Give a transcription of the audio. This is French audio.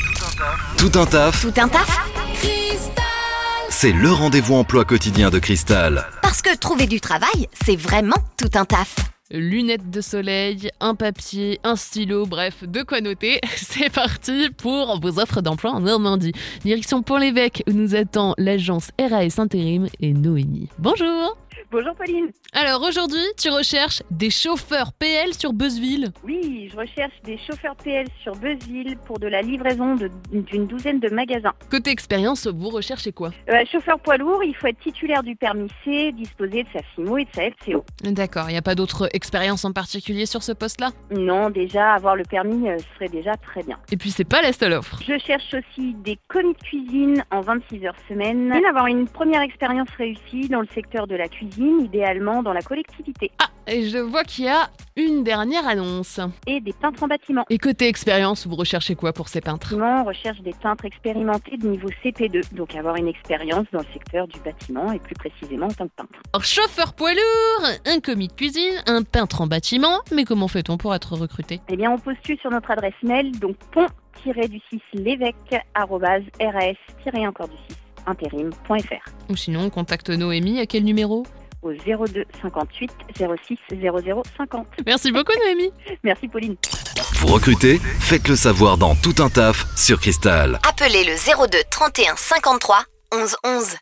Tout un taf, Tout un taf c'est le rendez-vous emploi quotidien de Cristal. Parce que trouver du travail, c'est vraiment tout un taf. Lunettes de soleil, un papier, un stylo, bref, de quoi noter. C'est parti pour vos offres d'emploi en Normandie. Direction Pont-l'Évêque où nous attend l'agence RAS Intérim et Noémie. Bonjour Bonjour Pauline. Alors aujourd'hui, tu recherches des chauffeurs PL sur Buzzeville. Oui, je recherche des chauffeurs PL sur Buzzville pour de la livraison de- d'une douzaine de magasins. Côté expérience, vous recherchez quoi Euh, chauffeur poids lourd, il faut être titulaire du permis C, disposer de sa FIMO et de sa FCO. D'accord, il n'y a pas d'autre expérience en particulier sur ce poste-là Non, déjà, avoir le permis euh, serait déjà très bien. Et puis c'est pas la seule offre. Je cherche aussi des commis de cuisine en 26 heures semaine. Et avoir une première expérience réussie dans le secteur de la cuisine, idéalement dans la collectivité. Ah, et je vois qu'il y a une dernière annonce. Et des peintres en bâtiment. Et côté expérience, vous recherchez quoi pour ces peintres Effectivement, on recherche des peintres expérimentés de niveau CP2, donc avoir une expérience dans le secteur du bâtiment et plus précisément en tant que peintre. Alors, chauffeur poids lourd, un commis de cuisine, un peintre en bâtiment, mais comment fait-on pour être recruté Eh bien, on postule sur notre adresse mail, donc pont-du-6-l'évêque-ras-encore du 6 intérim.fr Ou sinon, on contacte Noémie à quel numéro au 02 58 06 00 50. Merci beaucoup Noémie Merci Pauline. Vous recrutez Faites le savoir dans Tout un taf sur Cristal. Appelez le 02 31 53 11 11.